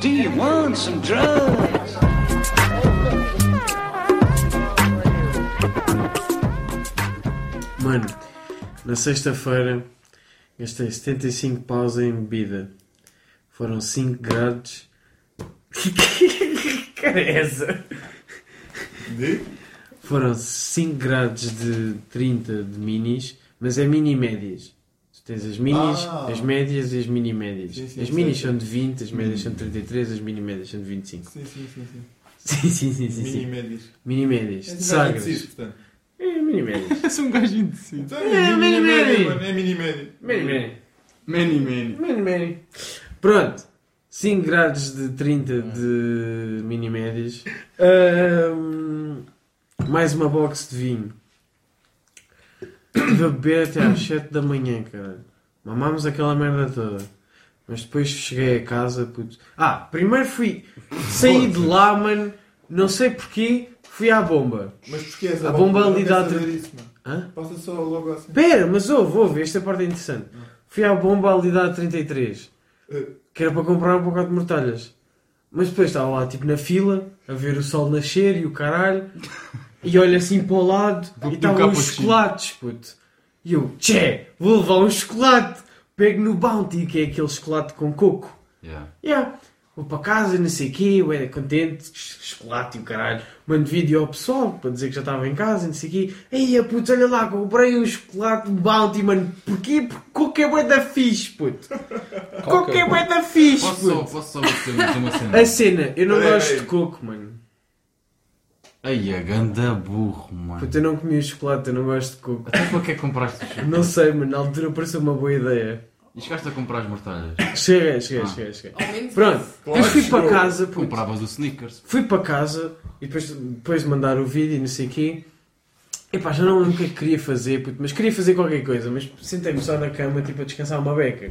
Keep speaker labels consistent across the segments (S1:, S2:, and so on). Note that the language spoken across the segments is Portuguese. S1: Do you want some drugs?
S2: Mano, na sexta-feira gastei 75 paus em bebida. Foram 5 grátis. que cara é essa?
S3: De?
S2: Foram 5 grados de 30 de minis, mas é mini médias. Tu tens as minis,
S3: Ah.
S2: as médias e as mini médias.
S3: Sim, sim,
S2: as
S3: sei,
S2: minis
S3: sei.
S2: são de 20, as médias são de 33, as mini médias são de 25.
S3: Sim, sim, sim. sim.
S2: Sim, sim, sim, sim.
S3: Mini
S2: sim.
S3: médias.
S2: Mini médias,
S3: És
S2: de
S3: um gajo
S2: sagras.
S3: indeciso, portanto.
S2: É, mini médias.
S4: És um gajo indeciso.
S3: Então,
S2: É, mini médio.
S3: mano, É mini médio.
S2: Mini média.
S4: Many, many.
S2: Mini médio. Pronto. 5 grados de 30 de mini médias. Ah. Ahm, mais uma box de vinho. Tive a beber até às 7 da manhã, cara. Mamámos aquela merda toda. Mas depois cheguei a casa, puto. Ah, primeiro fui. Saí de lá, mano. Não sei porquê. Fui à bomba.
S3: Mas porque és
S2: A bomba ali dá
S3: a
S2: tri-
S3: isso, mano.
S2: Hã?
S3: Passa só logo assim.
S2: Pera, mas houve, houve, esta parte é interessante.
S3: Ah.
S2: Fui à bomba ali da 33,
S3: Eh.
S2: que era para comprar um bocado de mortalhas. Mas depois estava lá, tipo, na fila, a ver o sol nascer e o caralho, e olho assim para o lado,
S4: Vou
S2: e
S4: pedir um
S2: estavam uns
S4: cappuccino.
S2: chocolates, puto. E eu, tchê, vou levar um chocolate. Pego no Bounty, que é aquele chocolate com coco.
S4: Yeah.
S2: Yeah. Vou para casa, não sei o quê, ué, contente, ch- chocolate e o caralho. Mando vídeo ao pessoal para dizer que já estava em casa, não sei o quê. Ei, putz, olha lá, comprei um chocolate bounty, mano. Porquê? Porque coco é bué da fixe, puto. Coco é bué da fixe,
S4: Posso só,
S2: puto.
S4: posso só dizer dizer uma cena?
S2: A cena, eu não
S3: Peraí,
S2: gosto
S3: peraí.
S2: de coco, mano.
S4: Ai, a ganda burro, mano.
S2: Puto, eu não comi o chocolate, eu não gosto de coco.
S4: Até para que é que compraste os
S2: Não sei, mano, na altura pareceu uma boa ideia.
S4: E chegaste a comprar as mortalhas?
S2: Cheguei, cheguei,
S4: Ah.
S2: cheguei, cheguei.
S5: Ao menos
S2: Pronto,
S5: isso.
S2: depois fui para
S3: chegou.
S2: casa, puto.
S4: Compravas o Snickers.
S2: Fui para casa e depois, depois de mandar o vídeo e não sei o quê. Epá, já não lembro o que é que queria fazer, puto, mas queria fazer qualquer coisa, mas sentei-me só na cama, tipo, a descansar uma beca.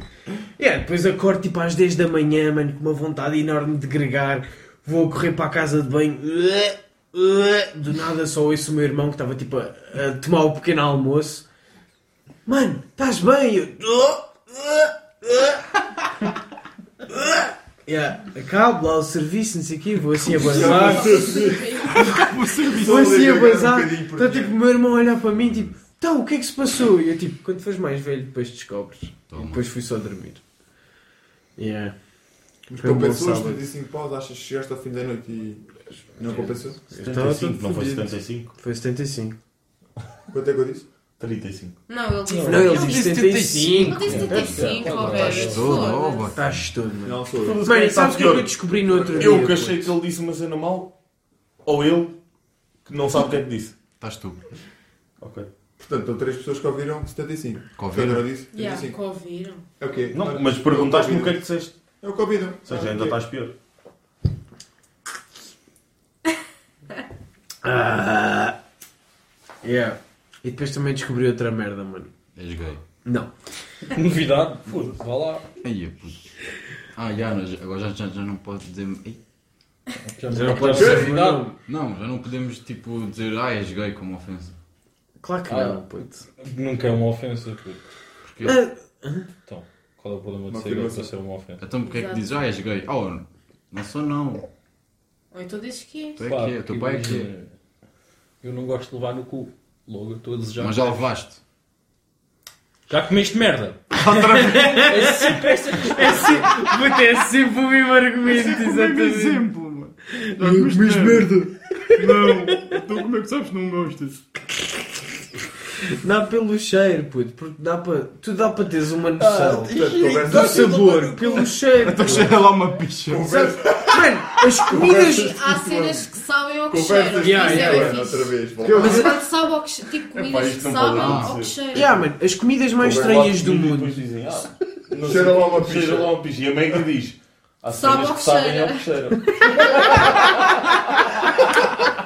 S2: E yeah, depois acordo, tipo, às 10 da manhã, mano, com uma vontade enorme de gregar, vou a correr para a casa de banho, ué, ué, do nada só ouço o meu irmão que estava, tipo, a, a tomar o pequeno almoço. Mano, estás bem? Eu, "Tô." Yeah, acabo lá o serviço, não sei o quê, vou assim a bazar. Estou assim a
S3: um
S2: bazar. Está tipo o meu irmão a olhar para mim, tipo, então o que é que se passou? E eu, tipo, quando fores mais velho, depois descobres.
S4: Toma.
S2: E depois fui só dormir. Yeah.
S3: Mas
S2: Foi um bom
S3: compensou os
S2: sábado.
S3: 35 paus, achas que chegaste ao fim da noite e não compensou?
S2: Eu
S6: Então,
S2: estava
S6: 75, não foi
S2: fodido.
S6: 75?
S2: Foi 75.
S3: Quanto é que eu disse?
S6: 35.
S5: Não, ele disse. é.
S2: Não, ele
S4: Ele
S2: disse
S4: disse
S2: 75.
S5: Ele disse 35, ó, velho.
S4: Toda, ó,
S5: Foda-se.
S4: bacana.
S2: Estás todo, mano.
S3: Não, sou eu.
S2: Mano, e sabes o que é que eu descobri no outro dia?
S6: Eu que achei que ele disse uma cena mal, ou ele que não sabe o que é que disse.
S4: Estás tu.
S6: Ok.
S3: Portanto, estão 3 pessoas que ouviram 75.
S4: Que ouviram.
S3: Pedro disse
S5: Yeah, que
S3: 35.
S5: ouviram.
S3: É o quê?
S6: Não, mas perguntaste-me o que é que disseste.
S3: É o que ouviram.
S6: Ou seja, ainda estás pior.
S2: Ah. Yeah. E depois também descobri outra merda, mano.
S4: És gay.
S2: Não.
S7: Novidade? Foda-se, vá lá.
S4: Ai, a puto. Ah, já, mas agora já, já, já não pode dizer. Ei.
S2: Já não
S7: pode
S2: podes
S7: ser
S2: dizer o meu
S7: novidade.
S2: nome.
S4: Não, já não podemos tipo dizer, ah, és gay como ofensa.
S2: Claro que
S7: Ah.
S2: não, puto.
S7: Nunca é uma ofensa, puto.
S4: Porque,
S2: Ah,
S7: Então, qual é o problema
S3: Uma
S7: de ser gay
S3: afirmação.
S7: para ser uma ofensa?
S4: então porque é que
S5: Exato.
S4: dizes, ah, és gay? Oh, não sou não.
S5: Ou então dizes que
S4: Tu é
S7: Pá,
S4: que é, o teu pai é que é.
S7: imagina, Eu não gosto de levar no cu. Logo eu estou a desejar.
S4: Mas já levaste.
S7: Já comeste merda?
S2: É sempre, puto, é sempre o mesmo argumento, exatamente.
S3: Um exemplo, mano.
S2: Mas merda.
S3: Não, então como é que sabes que não gostas?
S2: Dá pelo cheiro, puto, porque dá para. Tu dá para teres uma noção
S3: Portanto,
S2: do
S3: conversa.
S4: um
S7: Ah,
S2: sabor, pelo cheiro.
S3: Então
S2: puto.
S4: lá uma picha.
S3: Conversa.
S2: Mano, as comidas.
S5: Há cenas que sabem ao que cheiram.
S3: Conversas.
S2: Yeah,
S5: isso
S2: yeah,
S5: é bem
S3: Mano,
S5: fixe.
S3: outra vez. volta.
S2: Mas,
S5: Quando sabe ao que che- Tipo, comidas
S6: isto
S5: que
S6: não
S5: sabem
S6: pode
S5: ao que
S6: acontecer.
S5: cheiram.
S2: yeah, mano, as comidas mais estranhas do mundo.
S6: Depois dizem, ah, não sei,
S3: Cheira lá uma
S6: cheira
S3: picha.
S6: lá uma picha. E a Magda diz, há
S5: Sabe
S6: cenas
S5: ao
S6: que
S5: que
S6: sabem
S5: cheira.
S6: ao que cheiram.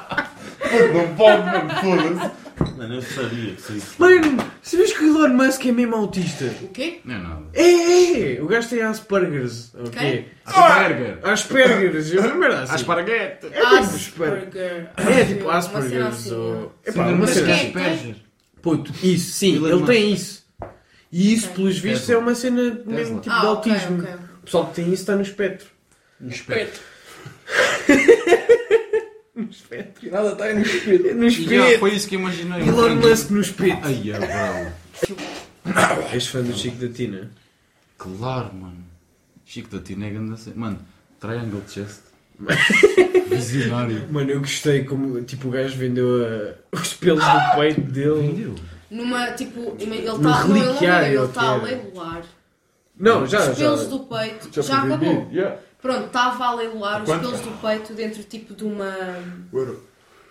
S6: não pode, mano, foda-se. Mano, eu sabia que sei.
S2: Mano, sabias que o Elon Musk é mesmo autista?
S5: O quê?
S4: Não é nada.
S2: É, é, o gajo tem Asperger's, ok?
S5: Quem?
S3: Ah!
S4: Asperger.
S2: Asperger's, é primeiro assim.
S4: Asparguete.
S5: É tipo Asperger.
S2: É tipo
S5: Uma cena
S2: Asperger's
S5: assim,
S2: ou. É pá,
S4: Síndrome
S2: uma
S4: de
S5: Mas
S2: cena.
S5: quem?
S4: Asperger.
S2: Puto, isso, sim,
S4: Elon
S2: ele
S4: Musk.
S2: tem isso. E isso, pelos vistos, é
S4: Tesla.
S2: uma cena mesmo tipo de
S5: Ah, ok,
S2: autismo.
S5: ok.
S2: O pessoal que tem isso está no espectro.
S7: No espeto. Que nada está aí no espeto.
S2: No
S4: E já,
S2: espeto.
S4: foi isso que imaginei.
S2: Elon Musk no espeto.
S4: Ai, é, bro.
S2: És fã do Chico da Tina?
S4: Claro, mano. Chico da Tina é grande assim. Mano, triangle chest. Visionário.
S2: Mano, eu gostei como tipo, o gajo vendeu a- os pelos
S5: Ah!
S2: do peito dele.
S4: Entendeu?
S5: Numa, tipo, uma- ele
S2: Um
S5: está não, ele não vende,
S2: reliquiário,
S5: ele está a
S2: que é.
S5: leiloar.
S2: Não, já,
S5: os
S2: já.
S5: pelos do peito. Já,
S3: foi vendido.
S5: acabou.
S3: Yeah.
S5: Pronto, estava a leiloar os
S3: Quanto?
S5: pelos do peito dentro tipo de uma.
S3: O euro.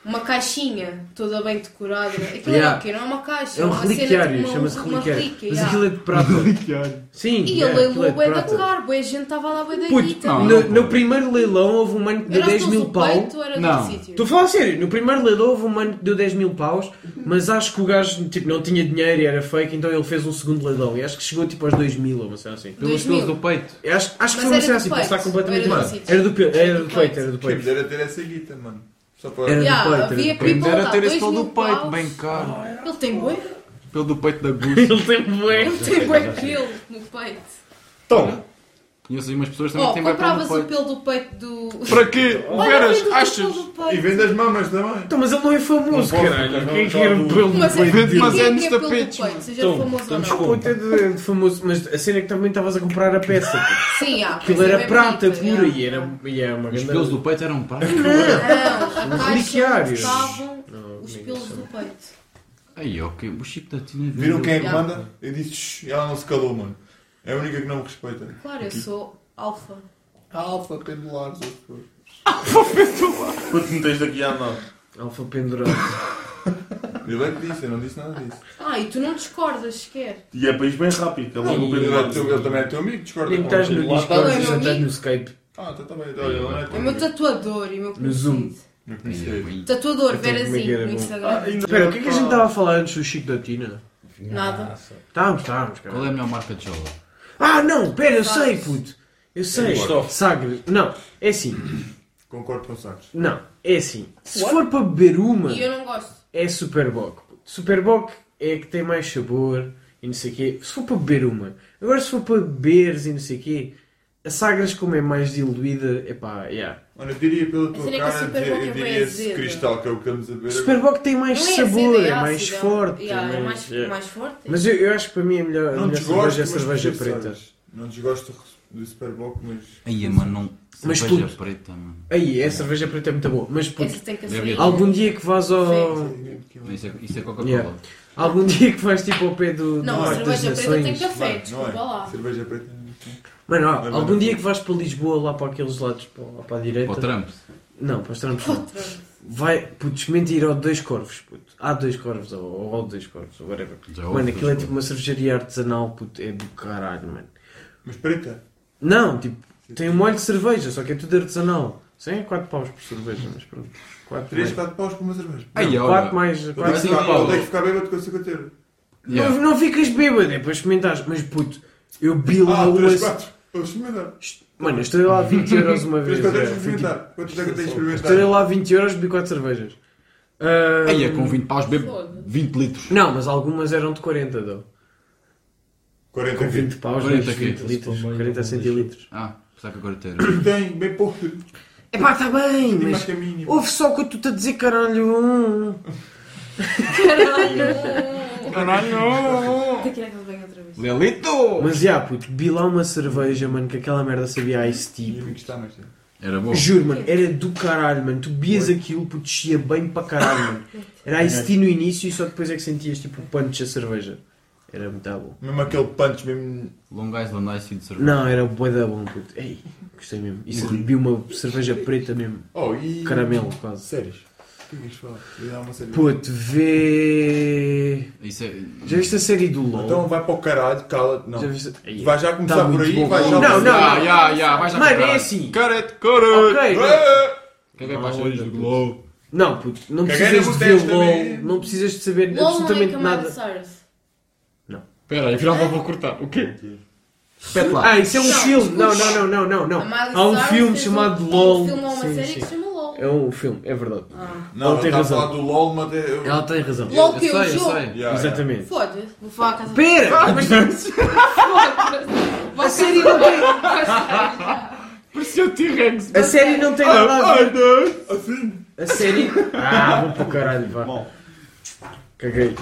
S5: uma caixinha toda bem decorada. Aquilo
S2: Yeah.
S5: era o quê? Não é uma caixa,
S2: É um
S5: uma cena,
S2: reliquiário,
S5: tipo, uma-
S2: chama-se
S5: uma
S2: reliquiário.
S5: relíquia,
S2: Mas
S5: yeah.
S2: aquilo é de prata. Sim, yeah,
S5: E
S2: aquilo
S5: ele
S2: é
S5: leilou
S2: de
S5: bué da
S2: prata.
S5: caro, bué, a gente estava lá bué da
S2: Puto,
S5: guita.
S4: não,
S2: no, no primeiro leilão houve um mano que deu
S5: Era
S2: 10 mil
S5: todo o
S2: pau.
S5: peito, era
S4: Não.
S5: do sítio.
S2: Estou a falar sério, no primeiro leilão houve um mano que deu 10 mil paus, mas acho que o gajo tipo, não tinha dinheiro e era fake, então ele fez um segundo leilão e acho que chegou tipo aos 2 mil ou uma cena assim.
S4: Pelos
S5: 2000.
S4: pelos do peito.
S2: Eu Acho, acho que
S5: Mas
S2: foi uma
S5: era
S2: cena
S5: do
S2: assim,
S5: peito,
S2: está completamente
S5: ou era do
S2: mal.
S5: sítio?
S2: Era do, pe- era do
S5: Do
S2: peito,
S5: peito.
S2: era do
S3: Quem me
S2: peito.
S3: dera ter é essa guita, mano. Só para.
S2: Era do
S5: Yeah,
S2: peito, era do
S5: havia people
S2: peito.
S4: Quem me dera
S5: dá
S4: ter esse
S5: 2.000
S4: pelo do peito,
S5: tá, paus.
S4: bem caro.
S5: Ele tem boi?
S4: Pelo do peito da Gucci.
S2: Ele tem bué.
S5: Ele tem boi pelo no peito.
S6: Então,
S4: Conheço aí assim, umas pessoas que também
S5: Oh,
S4: que têm bem pelo
S5: compravas
S4: do
S5: o
S4: peito.
S5: pelo do peito do.
S6: para quê?
S5: Olha,
S6: Veras,
S5: vende o teu
S6: achas?
S5: pelo do
S3: E
S5: peito.
S3: vende as mamas também.
S2: Então, mas ele não é famoso,
S6: Não posso,
S2: caralho.
S6: não,
S2: Quem
S6: não,
S2: quer
S6: não,
S2: um pelo
S5: Mas é,
S4: Vende, mas é
S5: quem
S4: nos
S5: é que é pelo do
S4: tapetes,
S5: peito, seja
S7: Então,
S5: famoso ou
S7: estamos
S5: não.
S7: com-
S2: Pô, até de, de famoso, mas a cena é que também estavas a comprar a peça.
S5: Sim, há,
S2: Aquilo
S5: pois é,
S2: era
S5: bem
S2: prata
S5: bonito,
S2: pura
S5: yeah.
S2: e era, e era uma
S4: Os
S2: grande.
S4: pelos do peito eram para.
S5: Uhum. Não, os
S2: reliquiário.
S5: reliquiários. estavam
S2: Não, é
S5: os
S2: ninguém
S5: pelos
S2: sabe.
S5: do peito.
S4: Ai, ok. O Chico da Tina
S3: Viram quem é que
S5: Yeah.
S3: manda? Eu disse, "Shh", e ela não se calou, mano. É a única que não me respeita.
S5: Claro, eu sou alfa.
S3: Alfa pendulares, ou o que for.
S6: Puto, me tens daqui a andar.
S2: Alfa pendurado.
S3: Ele é que disse, eu não disse nada disso.
S5: Ah, e tu não discordas sequer.
S6: E é para isto bem rápido. Ele logo o
S3: Ele, é
S6: pendurado.
S3: teu, ele também é teu amigo, discorda
S2: Nem estás
S3: ele.
S2: no
S6: lá
S2: Discord,
S5: está.
S2: já estás no Skype.
S3: Ah, então também. Olha, ele não é teu
S5: É o meu
S3: amigo.
S5: tatuador e o meu
S2: Zoom.
S5: conhecido.
S4: é,
S3: Não conhecia ele.
S5: Tatuador,
S2: Eu tenho que me ver,
S5: Verazinho,
S2: um.
S5: no
S2: é bom.
S5: Instagram.
S2: Espera, o que é que a gente estava a falar antes do Chico da Tina?
S5: Nada.
S2: Estávamos, estávamos, cara.
S4: Qual é a melhor marca de jola?
S2: Ah, não, pera, eu sei, puto. Eu
S5: É
S2: sei.
S7: Cristóvão.
S2: Sagres. Não, é assim.
S3: Concordo com o Santos.
S2: Não, é assim. Se for para beber uma,
S5: E eu não gosto.
S2: é Superboc. puto. Superboc é que tem mais sabor e não sei o quê. Se for para beber uma. Agora, se for para beberes e não sei o quê, a Sagres, como é mais diluída, é pá, yeah.
S3: Olha, eu diria pela tua
S5: cena é que a
S3: cara,
S5: Super
S3: eu
S5: Bowl é
S3: diria
S5: bem
S3: esse
S5: azeda.
S3: cristal que é o que estamos a ver. agora.
S2: Superboc tem mais
S5: Não é
S2: sabor,
S5: azeda,
S2: é,
S5: é
S2: mais
S5: ácida.
S2: forte.
S5: Yeah, é
S2: mas-
S5: mais,
S2: yeah.
S5: mais forte.
S2: Mas eu, eu acho que para mim a melhor, a
S3: Não
S2: melhor cerveja é a
S3: desgosto,
S2: cerveja preta.
S3: Não desgosto do Super Bowl, mas.
S4: Ai, é, mano, não.
S2: Mas
S4: Cerveja
S2: puto.
S4: preta, mano.
S2: Aí, a cerveja preta é muito boa. Mas puto,
S5: Essa tem que
S4: Deve
S5: ser.
S4: ir.
S2: algum dia que vás ao.
S4: Isso é, isso é Coca-Cola.
S2: Yeah. Algum dia que vais tipo ao pé do, do
S5: Não, a
S2: Mar das
S5: cerveja preta tem
S2: Nações.
S5: café,
S3: não
S5: desculpa
S3: é?
S5: lá.
S3: Cerveja preta. é?
S2: Mano, ó,
S3: Mas,
S2: algum
S3: mano.
S2: dia que vais para Lisboa, lá para aqueles lados, para, lá para a direita.
S4: Para o Trump.
S2: Não, para os trampos. não.
S5: Outra.
S2: Vai, puto, experimenta ir ao Dois Corvos, puto. Há Dois Corvos, ou, ou ao Dois Corvos, ou whatever.
S4: Já
S2: Mano,
S4: houve
S2: aquilo é
S4: dois
S2: tipo uma cervejaria artesanal, puto, é do caralho, mano.
S3: Mas preta.
S2: Não, tipo, tem um molho de cerveja, só que é tudo artesanal. Sim, 4 paus por cerveja, mas pronto. 4
S3: 3, 4 paus por uma cerveja.
S4: Ai, olha.
S2: 4 mais.
S3: Eu tenho
S2: quatro,
S3: que
S2: cinco
S3: ficar- eu tenho que
S2: paus.
S3: ficar bêbado com 50 euros.
S4: Yeah.
S2: Não, não ficas bêbado, é para experimentares. Mas puto, eu bi lá
S3: Ah,
S2: uma.
S3: 3, 4. Vou experimentar.
S2: Mano, eu estou lá 20 euros uma
S3: 3,
S2: vez.
S3: 4,
S2: é,
S3: vou
S2: fui, tipo,
S3: experimentar. Quantos é que eu tenho que
S2: Estarei
S3: experimentar?
S2: lá 20 euros, bebi 4 cervejas. Ah,
S4: Ai, é com 20 paus bebo
S5: Foda-se.
S4: 20 litros.
S2: Não, mas algumas eram de 40, dou.
S3: 40
S2: Com
S3: aqui.
S2: 20 paus,
S4: 40
S2: bebes 20
S4: quê?
S2: litros,
S7: Esse
S2: 40
S7: tamanho
S2: centilitros.
S4: Ah, pensava que agora tem.
S3: Tem, bem pouco.
S2: É pá, está bem,
S3: Tem mais
S2: mas.
S3: que a mínima.
S2: Ouve só o que eu tu te a dizer, caralho.
S5: Caralho!
S4: Caralho!
S5: Tem que ir àquele banho outra vez.
S4: Lelito!
S2: Mas já, puto, bebi lá uma cerveja, mano, que aquela merda sabia ice tea,
S3: E
S2: puto.
S3: a mim que está, mas tem.
S4: Era bom.
S2: Juro, mano, era do caralho, mano. Tu bebias aquilo, puto, chia bem para caralho, mano. Era ice tea no início e só depois é que sentias tipo o punch da cerveja. Era muito bom.
S3: Mesmo aquele punch, mesmo.
S4: Long Island Ice e de cerveja.
S2: Não, era bué da bom, puto. Ei, gostei mesmo. Isso bebi uma cerveja preta mesmo.
S3: Oh, e.
S2: Caramelo, quase.
S3: Séries. O que é que isto fala? Vou dar uma série.
S2: Puto, vê.
S4: Isso é.
S2: Já viste a série do LOL?
S3: Então vai para o caralho, cala-te. Não.
S2: Já viste- Ei,
S3: Vai já começar
S2: Tá
S3: por
S2: muito
S3: aí,
S2: bom.
S3: vai já.
S2: Não,
S3: começar-
S2: não.
S4: Ah, já, já, vais já
S2: Mano,
S4: comprar.
S2: é assim.
S4: Caralho, caralho!
S2: Ok,
S4: Ah! O que é que é para as
S2: Não,
S4: séries
S2: olha,
S4: do Globo?
S2: Não, puto, não
S3: Caguei
S2: precisas
S3: no
S2: de ver
S3: contexto
S2: LOL,
S3: também.
S2: não precisas de saber
S5: LOL não é
S2: absolutamente
S5: Camada
S2: nada.
S5: Cyrus.
S4: Espera aí, afinal não vou cortar. O quê? Espera lá.
S2: Ah, isso é um
S5: Não,
S2: filme! Não,
S5: escuta.
S2: não, não, não, não, não.
S5: A Miley
S2: Há um
S5: Cyrus
S2: filme
S5: fez
S2: chamado
S5: um-
S2: LOL.
S5: Um filme ou uma
S2: Sim,
S5: série
S2: sim.
S5: que se chama LOL.
S2: É um filme, é verdade.
S5: Ah.
S3: Não,
S2: Ela tem
S3: tá a falar
S2: razão.
S3: do LOL, mas eu...
S2: Ela tem razão.
S5: LOL
S4: Eu
S5: que é o
S4: sei, eu
S5: jogo.
S4: sei.
S3: Yeah,
S2: Exatamente. Ah,
S5: Foda-se. Vou falar à casa
S2: Pera!
S5: Foda-se. Vou à casa-
S2: A série do quê?
S5: Vai sair já.
S4: o T-Rex.
S2: A série não tem nada a ver.
S3: Assim.
S2: A série. Ah, vou para o caralho, vá.
S6: Bom.
S2: Caguei.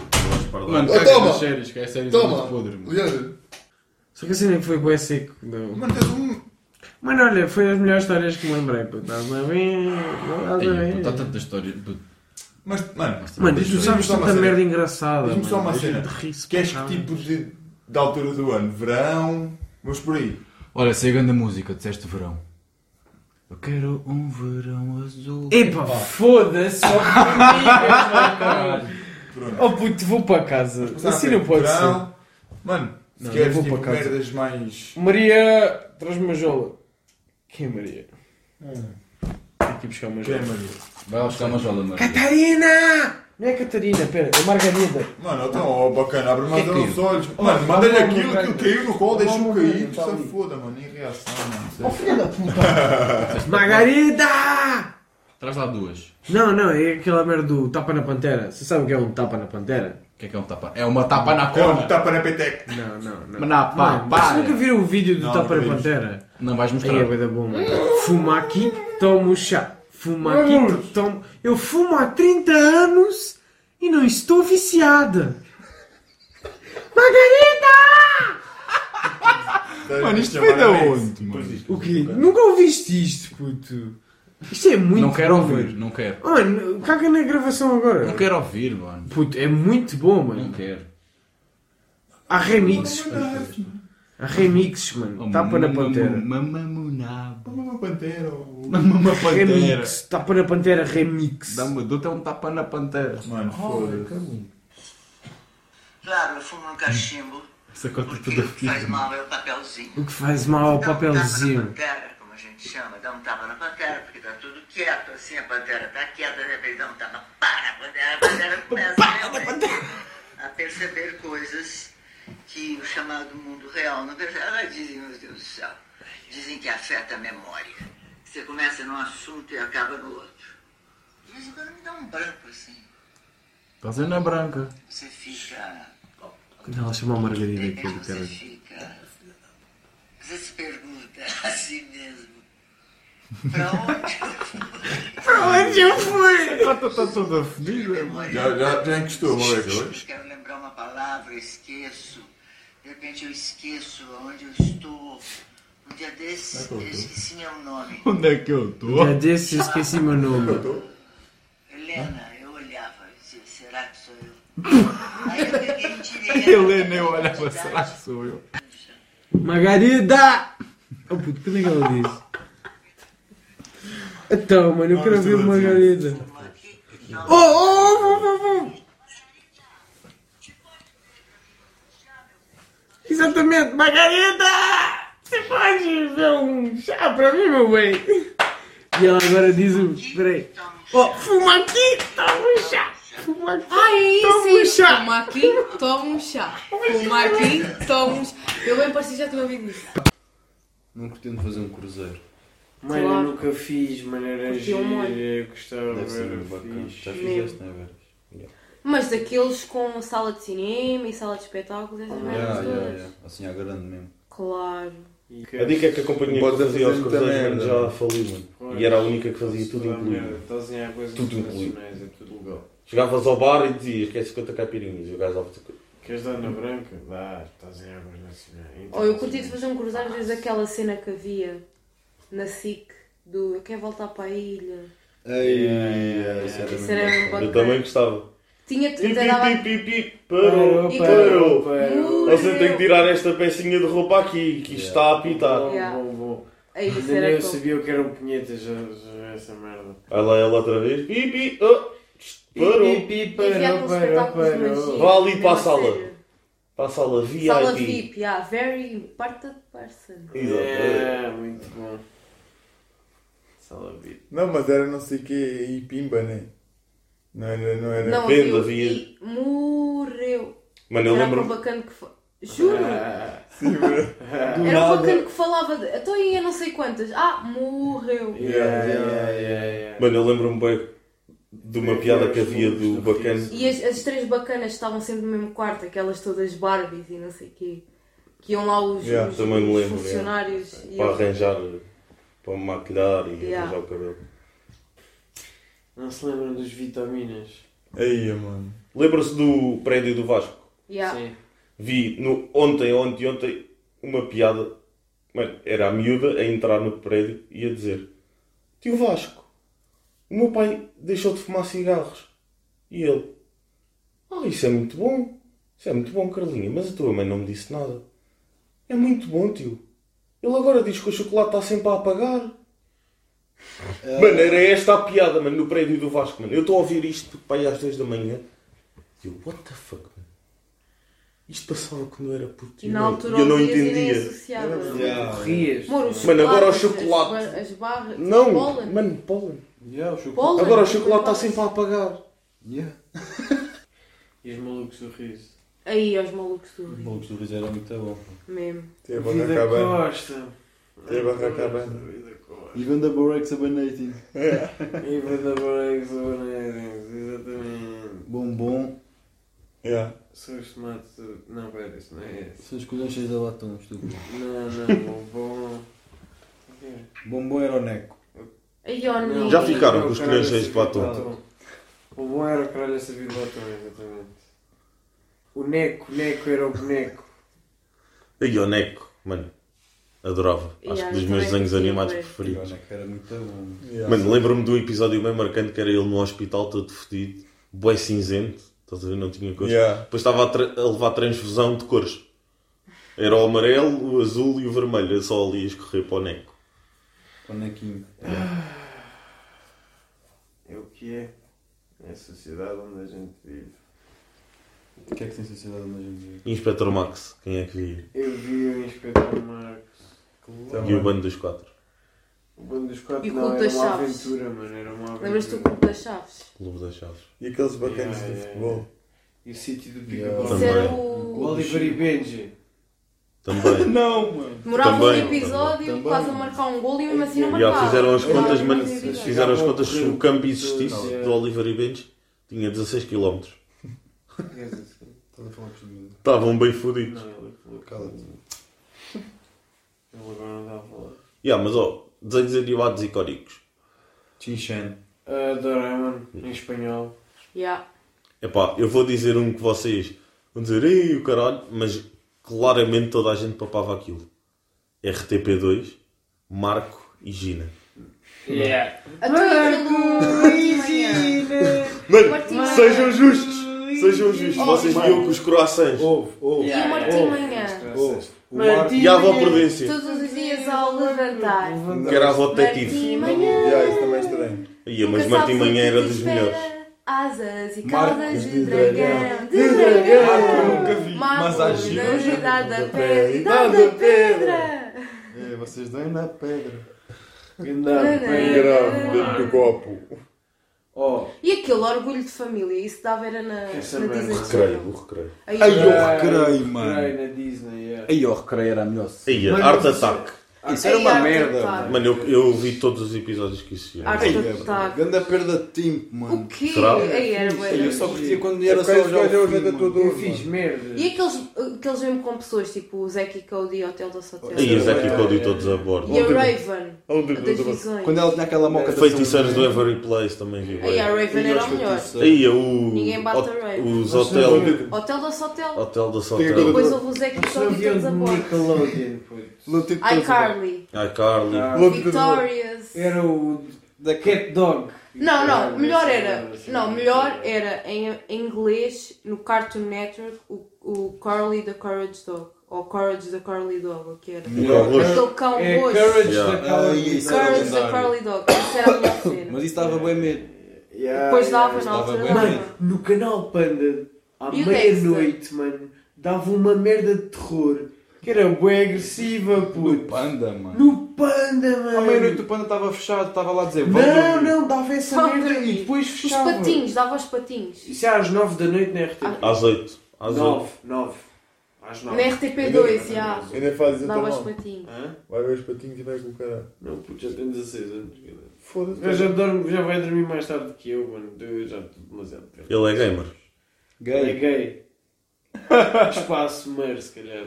S4: Mano,
S8: Oh,
S4: caga
S8: toma.
S4: nas séries, que é séries muito
S8: Toma!
S4: podre. mano.
S8: Leandro,
S2: Só que a cena foi bué seco. Não.
S3: Mano, tens um.
S2: Mano, olha, foi das melhores histórias que me lembrei. pô. Estás a ver? Estás a
S4: Ei, puto, Há
S2: ver?
S4: tanta história. puto.
S3: Mas, mano,
S2: Mano, tu sabes
S3: só uma
S2: tanta
S3: cena.
S2: merda engraçada.
S3: Diz-me só
S2: mano.
S3: uma cena.
S2: De rir-se
S3: queres
S2: pra
S3: que tipo de, de altura do ano? Verão? Vamos por aí.
S4: Olha, sei a grande música, disseste verão. Eu quero um verão azul.
S2: Epá, foda-se, ó formigas, mano.
S3: Pronto.
S2: Oh puto, vou para casa. Assim não pode ser.
S3: Verão. Mano, se
S2: Não,
S3: queres
S2: não vou
S3: tipo
S2: para casa.
S3: merdas mais.
S2: Maria, traz-me uma jola. Quem é Maria? Tenho que é, ir buscar uma jola.
S3: Crema de-
S4: Vai lá buscar uma jola, mano.
S2: Catarina! Não é Catarina, pera, é Margarida.
S3: Mano, então, ó, bacana, abre mais
S8: é
S4: Que que
S3: os olhos. Mano, manda-lhe aquilo, aquilo caiu no colo, deixa-o
S2: Oh, Vamos, tá
S3: cair.
S2: vamos,
S3: Tu se
S2: vamos.
S3: foda, mano, em reação, mano.
S2: filha da puta! Margarida!
S4: Traz lá duas.
S2: Não, não, é aquela merda do tapa na pantera. Você sabe o que é um tapa na pantera?
S4: O que é que é um tapa? É uma tapa na
S3: É um
S4: cona.
S3: tapa na peteca.
S2: Não, não, não.
S4: Mas não, pá,
S2: Mano, vocês
S4: para.
S2: nunca viram o vídeo do
S3: Não,
S2: tapa na
S3: nunca vimos.
S2: pantera?
S4: Não vais
S2: Aí é
S4: mostrar.
S2: bem bom, mano. Fuma aqui, toma um chá. Fuma aqui, toma. Eu fumo há 30 anos e não estou viciada. Margarida!
S3: Mano,
S4: isto foi da onde, mano?
S2: O quê? Nunca ouviste isto, puto. Isto é muito.
S4: Não quero
S2: bom,
S4: ouvir,
S2: mano.
S4: não quero.
S2: Mano, caga na gravação agora.
S4: Não quero ouvir, mano.
S2: Puto, é muito bom,
S4: Não
S2: mano.
S4: quero.
S2: Há remixes. Há remixes, mano.
S4: Oh,
S2: Tapa na pantera.
S4: Mamamunabo.
S3: Uma pantera. ou-
S4: Mamama pantera.
S2: Remix. Tapa na pantera remix.
S4: Dá-me dou-te um tapa na pantera.
S3: Mano, foda-se.
S9: Claro, eu fumo no um cachimbo.
S4: Isso acontece
S9: Porque
S4: tudo
S9: o que
S4: aqui.
S9: faz mal é o papelzinho.
S2: Ah, O que faz mal ao
S9: Dá um tapa na
S2: papelzinho.
S9: pantera, como a gente chama, dá um tapa na pantera, porque tá tudo quieto, assim, a pantera tá quieta, de repente dá um tapa, pá, na pantera, a pantera começa realmente a perceber coisas que o chamado mundo real não percebe. Elas dizem, meu Deus do céu, dizem que afeta a memória. Você começa num assunto e acaba no outro. De vez em quando me dá um branco, assim,
S4: Estás aí Tá na branca.
S9: você fica...
S2: Quando é ela chama a Margarida
S4: é
S2: aqui do
S9: Você
S2: cara.
S9: fica. Você se pergunta a si assim mesmo. Pra onde eu fui?
S2: Pra onde eu fui?
S4: Está toda fodida.
S9: Memória.
S3: Já, já, já encostou, moleque.
S9: Eu Quero lembrar uma palavra, esqueço. De repente eu esqueço onde eu estou. Um dia desse, eu esqueci meu nome.
S4: Onde é que eu estou?
S2: Já desse eu esqueci meu nome.
S9: Helena, eu olhava e dizia, será que sou eu? Aí eu peguei e tirei. a
S4: Helena, eu olhava,
S9: identidade.
S4: será que sou eu?
S2: Margarida! Oh puto, quando é que ela diz? Então, mano, eu quero ouvir o Margarida. Oh, oh, vou, vou, vou! Exatamente, Margarida! Você pode ver um chá pra mim, meu bem? E ela agora diz o. Peraí. Oh, fuma aqui, toma um chá! Fuma aqui!
S5: Ah, é isso,
S2: toma
S5: é
S2: um
S5: isso.
S2: chá!
S5: Toma aqui, toma um chá. Toma aqui, toma um chá. Eu bem parecia já tinha ouvido isso.
S4: Não pretendo fazer um cruzeiro.
S2: Mano,
S5: Claro.
S2: eu nunca fiz, mano, era
S5: Curtiu um monte.
S2: gira, gostava,
S4: Deve ser
S2: era
S4: Tá bem bacana.
S2: fixe.
S4: Já fizeste, não é verdade?
S5: Mas daqueles com sala de cinema e sala de espetáculos, essas merdas
S4: Yeah,
S5: todas.
S4: yeah, yeah. Assim, à grande mesmo.
S5: Claro.
S2: E
S6: A dica é que a companhia que eu
S8: Bota
S6: fazia aos
S8: fazendo
S6: cruzeiros mano,
S8: também,
S6: já faliu, mano. E era a única que fazia tudo incluído. Tudo
S2: tudo
S6: incluído.
S2: incluído. É tudo legal.
S6: Chegavas ao bar e dizias que é 50 caipirinhas e o gajo dava-te
S2: Queres dar na branca? Dá, estás em águas nacionais.
S5: Ou eu curti de fazer um cruzeiro desde aquela cena que havia na SIC do Eu quero voltar para a ilha.
S8: Ei,
S4: Isso era
S5: Isso
S4: mesmo.
S5: era bem
S6: é Eu
S5: bacana.
S6: também gostava.
S5: Tinha
S6: Pi,
S5: que
S6: pi,
S5: te dava.
S6: pi, pi, pi, parou,
S5: E
S6: parou. Você
S5: Museu.
S6: tem que tirar esta pecinha de roupa aqui, que isto está a apitar.
S5: Yeah.
S2: Bom, bom, bom.
S5: Aí, É isso
S2: Ainda
S5: era
S2: nem eu
S5: top.
S2: sabia o que eram punhetas, já, já é essa merda.
S6: Vai lá ela outra vez. Pi, pi, oh, tch, parou.
S2: Pi, pi,
S5: E havia
S2: parou,
S5: uns
S2: parou,
S5: espetáculos um de
S2: parou.
S5: magia.
S6: Vá ali para a
S5: Não,
S6: sala.
S5: sério.
S6: Para a sala
S5: Sala
S6: VIP.
S5: VIP, yeah. Very important person.
S6: Exato.
S2: É, muito bom. Sala VIP.
S3: Não, mas era não sei o que e pimba, né? Não era, não era.
S5: Não,
S6: Depende,
S5: havia-
S6: havia-
S5: e Morreu.
S6: Mano, eu
S5: era um
S6: lembro-me.
S5: bacana que fa- Juro!
S2: Ah,
S3: Sim, bro.
S5: era um bacana que falava de. Estou aí a não sei quantas. Ah, morreu.
S2: yeah, yeah, yeah, yeah.
S6: Mano, eu lembro-me bem de uma piada que havia do bacana.
S5: E as, as três bacanas estavam sempre no mesmo quarto, aquelas todas Barbies e não sei o quê. Que iam lá os,
S3: Yeah,
S5: os-
S6: também me
S5: os
S6: lembro,
S5: funcionários. e
S6: Para
S5: eles-
S6: arranjar
S8: para me maquilhar e
S5: Yeah.
S8: arranjar o cabelo.
S10: Não se lembram dos vitaminas?
S3: Aí, mano.
S8: Lembra-se do prédio do Vasco?
S5: Yeah.
S10: Sim.
S8: Vi no, ontem, ontem, ontem, uma piada. Mano, era a miúda a entrar no prédio e a dizer: Tio Vasco, o meu pai deixou de fumar cigarros. E ele: Ah, isso é muito bom. Isso é muito bom, Carlinha, mas a tua mãe não me disse nada. É muito bom, tio. Ele agora diz que o chocolate está sempre a apagar. Mano, era esta a piada, mano, no prédio do Vasco, mano. Eu estou a ouvir isto, pai, às 2 da manhã. E eu, what the fuck, mano? Isto passava quando eu era puto.
S5: E
S8: E
S5: na
S8: eu não-
S5: altura
S8: e eu não
S5: ouvias e nem
S8: entendia.
S5: associavas.
S3: Ah, é.
S10: Corrias.
S5: Amor, os
S8: Mano, agora
S5: chocolates,
S8: o chocolate.
S5: As, bar- as barras. tipo,
S8: Não,
S5: Pólen.
S8: mano, pólen.
S4: Yeah, o chocolate.
S5: Pólen. tipo,
S8: Agora o chocolate tá está sempre a apagar.
S4: Yeah.
S10: E os malucos do riso.
S5: Aí, aos malucos do
S4: O
S5: Rio.
S4: Malucos do Riz era muito bom.
S5: Mesmo.
S3: Tem a barra
S10: Vida
S3: acabando.
S10: Costa.
S3: Tem a barra acabando.
S10: Vida Costa.
S4: E venda Borex a banating.
S10: Iva da Breaks, exatamente.
S4: Bombom.
S3: Yeah.
S10: São os tomates. do- Não, pera, isso não é esse.
S4: Seus colhões cheios de latão, estúpido.
S10: Não, não, o bom.
S4: Bombom era o Neco.
S5: Aí, ó,
S10: Não,
S5: menino.
S8: Já ficaram com os
S10: caralho,
S8: colheres cheios
S10: esse
S8: de batom.
S10: batom. O bom era o caralho a servir de batom, exatamente. O Neco, o Neco era o boneco.
S8: E o Neco, mano. Adorava.
S5: Yeah,
S8: Acho que
S5: eu
S8: dos
S5: também
S8: meus desenhos
S5: curtia
S8: animados
S4: E
S5: bué.
S4: o
S8: preferidos.
S4: Neco era muito bom.
S3: Yeah.
S8: Mano, lembro-me do episódio bem marcante que era ele no hospital todo fedido, bué cinzento, estás a ver? Não tinha cor.
S3: Yeah.
S8: Depois estava a, tra- a levar transfusão de cores. Era o amarelo, o azul e o vermelho, Eu só ali a escorrer para o Neco.
S4: O Nequinho.
S10: É o que é. É a sociedade onde a gente vive.
S4: O que é que tem sociedade na gente?
S8: E Inspector Max, quem é que via?
S10: Eu vi o Inspetor Marcos.
S8: E o bando dos quatro.
S10: O bando dos quatro
S5: E o
S10: não,
S5: Clube
S10: era
S5: das
S10: uma
S5: Chaves.
S10: aventura, mano. Era uma aventura.
S5: Lembras-te do Clube das Chaves?
S8: Clube das Chaves.
S3: E aqueles bacanas de
S10: Yeah.
S3: futebol.
S10: E o sítio do
S4: Yeah.
S10: Pica-Pau.
S5: Isso é
S8: Também.
S5: era o.
S10: O Oliver e Benji.
S8: Também.
S4: Não, mano!
S5: Demorava um
S8: Também.
S5: episódio
S4: Também.
S5: quase a marcar um gol e mesmo assim não
S8: Já
S5: marcava.
S8: fizeram as
S5: Demorava
S8: contas,
S5: um
S8: mano.
S5: episódio.
S8: Fizeram as contas se o campo
S10: Yeah.
S8: existisse do Oliver e Benji, tinha 16 km.
S4: Estás a falar com os miúdos.
S8: Estavam bem fodidos.
S10: Não, ele falou.
S4: Cala-te.
S10: Ele agora não dá a falar.
S8: Yeah, mas ó, desenhos animados icónicos.
S4: Chinchan.
S10: Ah, Doraemon, em espanhol.
S5: Yeah.
S8: Epá, eu vou dizer um que vocês vão dizer, ei o caralho, mas claramente toda a gente papava aquilo. RTP2, Marco e Gina.
S10: Yeah.
S5: A tua aquilo.
S8: Mano,
S5: Martimã.
S8: sejam justos! Sejam justos, vocês viam com os croissants.
S4: Ouve, ouve,
S5: E o
S3: Oh.
S5: Martimanhã.
S4: ouve. O Marco.
S10: Martim-
S8: E a avó Prudência,
S5: Todos os dias ao levantar.
S8: que era a avó detetive.
S3: Yeah,
S5: Martimanhã.
S3: isso também é estranho.
S8: Ia, mas
S5: Nunca
S8: Martim
S5: sabes o que
S8: Manhã
S5: te
S8: era dos
S5: espera.
S8: melhores.
S5: Asas e
S4: Marcos
S5: caudas de
S4: de
S5: dragão, de dragão.
S4: Nunca vi.
S5: Marcos
S4: Mas
S5: da
S4: há giros.
S5: idade da pedra, idade da pedra.
S4: É, vocês dão na pedra.
S3: Grave dentro do copo.
S10: Oh,
S5: E aquele orgulho de família, isso dava era na, na
S10: Quer saber?
S5: Disney
S8: Recreio,
S5: Channel.
S8: o recreio.
S5: Aí,
S4: Ai, eu
S5: era-
S4: recreio,
S10: Recreio
S4: mano.
S10: na Disney, yeah.
S4: Aí, o recreio era melhor.
S8: Ia, Art Attack.
S4: Isso é- era uma
S5: Ai,
S4: merda,
S5: Art
S4: mano.
S8: Mano, eu, eu vi todos os episódios que existiam.
S5: Art
S4: Ei,
S5: Attack.
S4: mano, Ganda perda de tempo,
S5: O
S4: mano.
S5: quê?
S8: Será?
S5: Aí era bué.
S4: Ei, Eu só curtia quando
S3: Era
S4: era só já
S3: o
S4: o
S3: jogo da tua
S4: fim, mano.
S10: Eu
S3: dor.
S10: fiz merda.
S5: E aqueles, aqueles mesmo com pessoas, tipo o Zeki Cody e Hotel da Sotel.
S8: Ia,
S5: E
S8: Zack e Cody todos a bordo.
S5: a Raven, a das visões.
S4: Quando ela tinha aquela moca da
S8: Feiticeiros do Every Place também vi.
S5: Aí a
S8: bué.
S5: Raven era o melhor.
S8: Ia, o...
S5: Ninguém bate a Ray.
S8: Os hotel...
S5: Hotel da Sotel.
S8: Hotel da
S4: Tem
S8: Sotel.
S4: aquele-
S5: Depois houve o Zeki
S10: Só
S5: Cody e
S10: havia um
S5: todos a bordo.
S10: Nickelodeon, puto.
S5: iCarly.
S8: Ai, Carly.
S4: Ah.
S5: Victorious.
S10: Era o da Cat Dog.
S5: Não, não, melhor era.
S10: Assim,
S5: Não, melhor era em, em inglês, no Cartoon Network, o, o Carly the Courage Dog. Ou Courage the Carly Dog, o que era? Aquele cão
S10: É
S5: roxo.
S10: Eh, Courage
S8: Yeah.
S10: da Call
S2: é
S4: Ah,
S10: Me.
S4: isso era
S5: Courage the
S4: lendário.
S5: Carly Dog. Essa era a minha cena.
S4: Mas isso dava bem medo.
S10: Yeah,
S5: Depois
S10: yeah.
S5: dava na
S4: Dava
S5: altura
S4: bem
S5: dava.
S4: medo.
S10: Mano, no canal Panda, à
S5: E o é
S10: meia-noite, mano, dava uma merda de terror que era bué agressiva,
S4: O
S10: puto.
S4: panda, mano.
S10: No Panda, mano.
S4: À meia-noite o panda estava fechado, estava lá a dizer. "Vão
S10: Não,
S4: dormir."
S10: não, dava essa
S5: Vão
S10: merda
S5: dormir.
S10: e depois
S5: Os
S10: fechava.
S5: patinhos, dava os patinhos.
S10: Isso é às 9 da noite na RTP.
S8: Às oito. Às oito.
S10: 9, 9. Às 9.
S5: Na RTP2, já.
S3: Ainda fazes
S5: Dava os
S3: então mal.
S5: patinhos.
S10: Hã?
S3: Vai ver os patinhos e vai com o caralho.
S10: Não, puto, já tenho 16 anos. cara. Eu já,
S3: Foda-se.
S10: dormo, já vai dormir mais tarde que eu, mano. Eu já estou demasiado perto.
S8: Ele é gamer.
S10: É
S4: Gay.
S10: gay. Espaço mer, se calhar.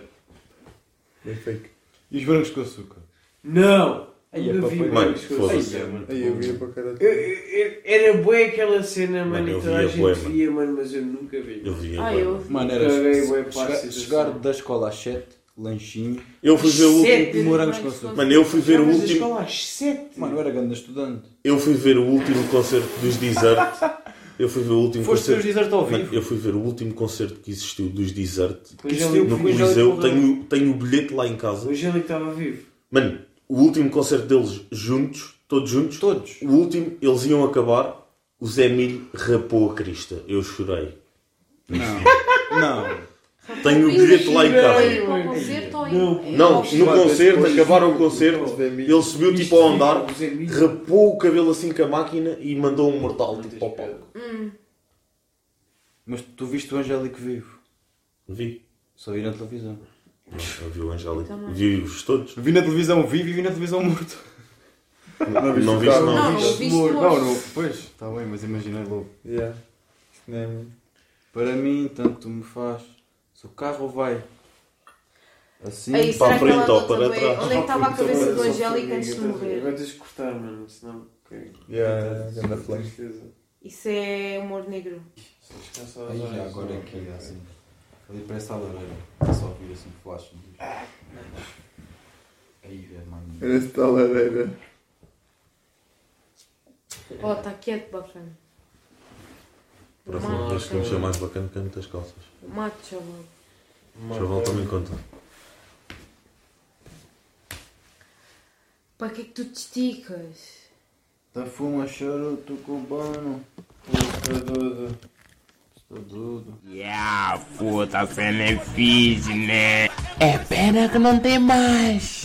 S3: É fake.
S4: E os brancos com açúcar.
S10: Não!
S4: Aí é
S2: Nunca
S4: para
S2: vi.
S4: pagar
S8: Mano,
S4: as coisas.
S8: foda-se.
S4: Aí é muito
S3: Aí eu via para cara.
S2: Eu- eu- Era boa aquela cena, mano,
S8: Mano, eu
S2: e toda
S8: via
S2: a gente
S8: bué, mano.
S2: via, mano, mas eu nunca vi.
S8: Eu vi.
S5: Ah,
S8: bué,
S5: eu
S8: mano.
S5: vi.
S4: Mano, era
S2: Caguei bué para a
S4: chegar,
S2: situação.
S4: chegar da escola às 7, lanchinho,
S8: Eu fui ver o último.
S2: Sete.
S4: morangos com açúcar.
S8: Mano, eu fui ver o
S2: Mas a
S8: último.
S2: escola às 7.
S4: Mano, eu era grande estudante.
S8: Eu fui ver o último concerto dos Desert. Eu fui ver o último
S7: Foste ver os
S8: concerto.
S7: Desert ao
S8: Mano,
S7: vivo.
S8: eu fui ver o último concerto que existiu dos Desert.
S2: Pois
S4: Isto
S2: ele-
S4: eu
S8: No
S4: fui já
S8: Coliseu.
S4: decorrer.
S8: Tenho, tenho o bilhete lá em casa.
S2: O Angélico estava vivo.
S8: Mano, o último concerto deles juntos, todos juntos.
S4: Todos.
S8: O último, eles iam acabar. O Zé Milho rapou a crista. Eu chorei.
S4: Não. Não.
S8: Tenho o bilhete lá em casa.
S5: Foi para o concerto ou em- em-
S8: Não,
S5: ao-
S8: no concerto,
S3: depois-
S8: acabaram o concerto,
S3: Zé Milho.
S8: ele subiu tipo ao andar,
S2: O Zé Milho.
S8: rapou o cabelo assim com a máquina e mandou um mortal tipo ao palco.
S4: Mas tu viste o Angélico vivo.
S8: Vi. Então
S4: Só vi na televisão.
S8: Eu vi o Angélico. Vi-os todos.
S4: Vi na televisão vivo e vi na televisão morto.
S8: Não viste,
S5: Não,
S8: não.
S5: não viste
S4: Morto. Não,
S5: hoje.
S4: não. Pois, está bem, mas imaginei logo.
S3: Yeah. Isto não é mim.
S4: Para mim, tanto me faz. Se o carro vai assim,
S5: Aí,
S8: Para
S5: será
S8: a
S5: que é
S8: frente
S5: ela
S8: ou
S5: andou
S8: para
S5: também?
S8: trás.
S5: Onde é que estava a cabeça do
S2: Agora só
S5: Angélico
S2: foi
S5: antes de
S2: ninguém, estás a ver?
S5: morrer?
S2: Agora tens de cortar, mano, senão. ok.
S3: Yeah, ganda flash.
S2: Tristeza.
S5: Isso é humor negro.
S2: Descansa as
S4: Aí já
S2: horas.
S4: agora aqui, assim. Ali parece a lareira. É só ouvir assim flash. Aí é mano.
S3: Era esta lareira.
S5: Oh, está quieto, bacana.
S8: Próxima vez que me mais bacana, canto as calças.
S5: Mato, chaval.
S8: Chaval também conta.
S5: Para que é que tu te esticas?
S4: Tá fuma charuto cubano.
S3: Está doido.
S4: Estou doido.
S11: Ah, puta, cena é fixe, né? É pena que não tem mais.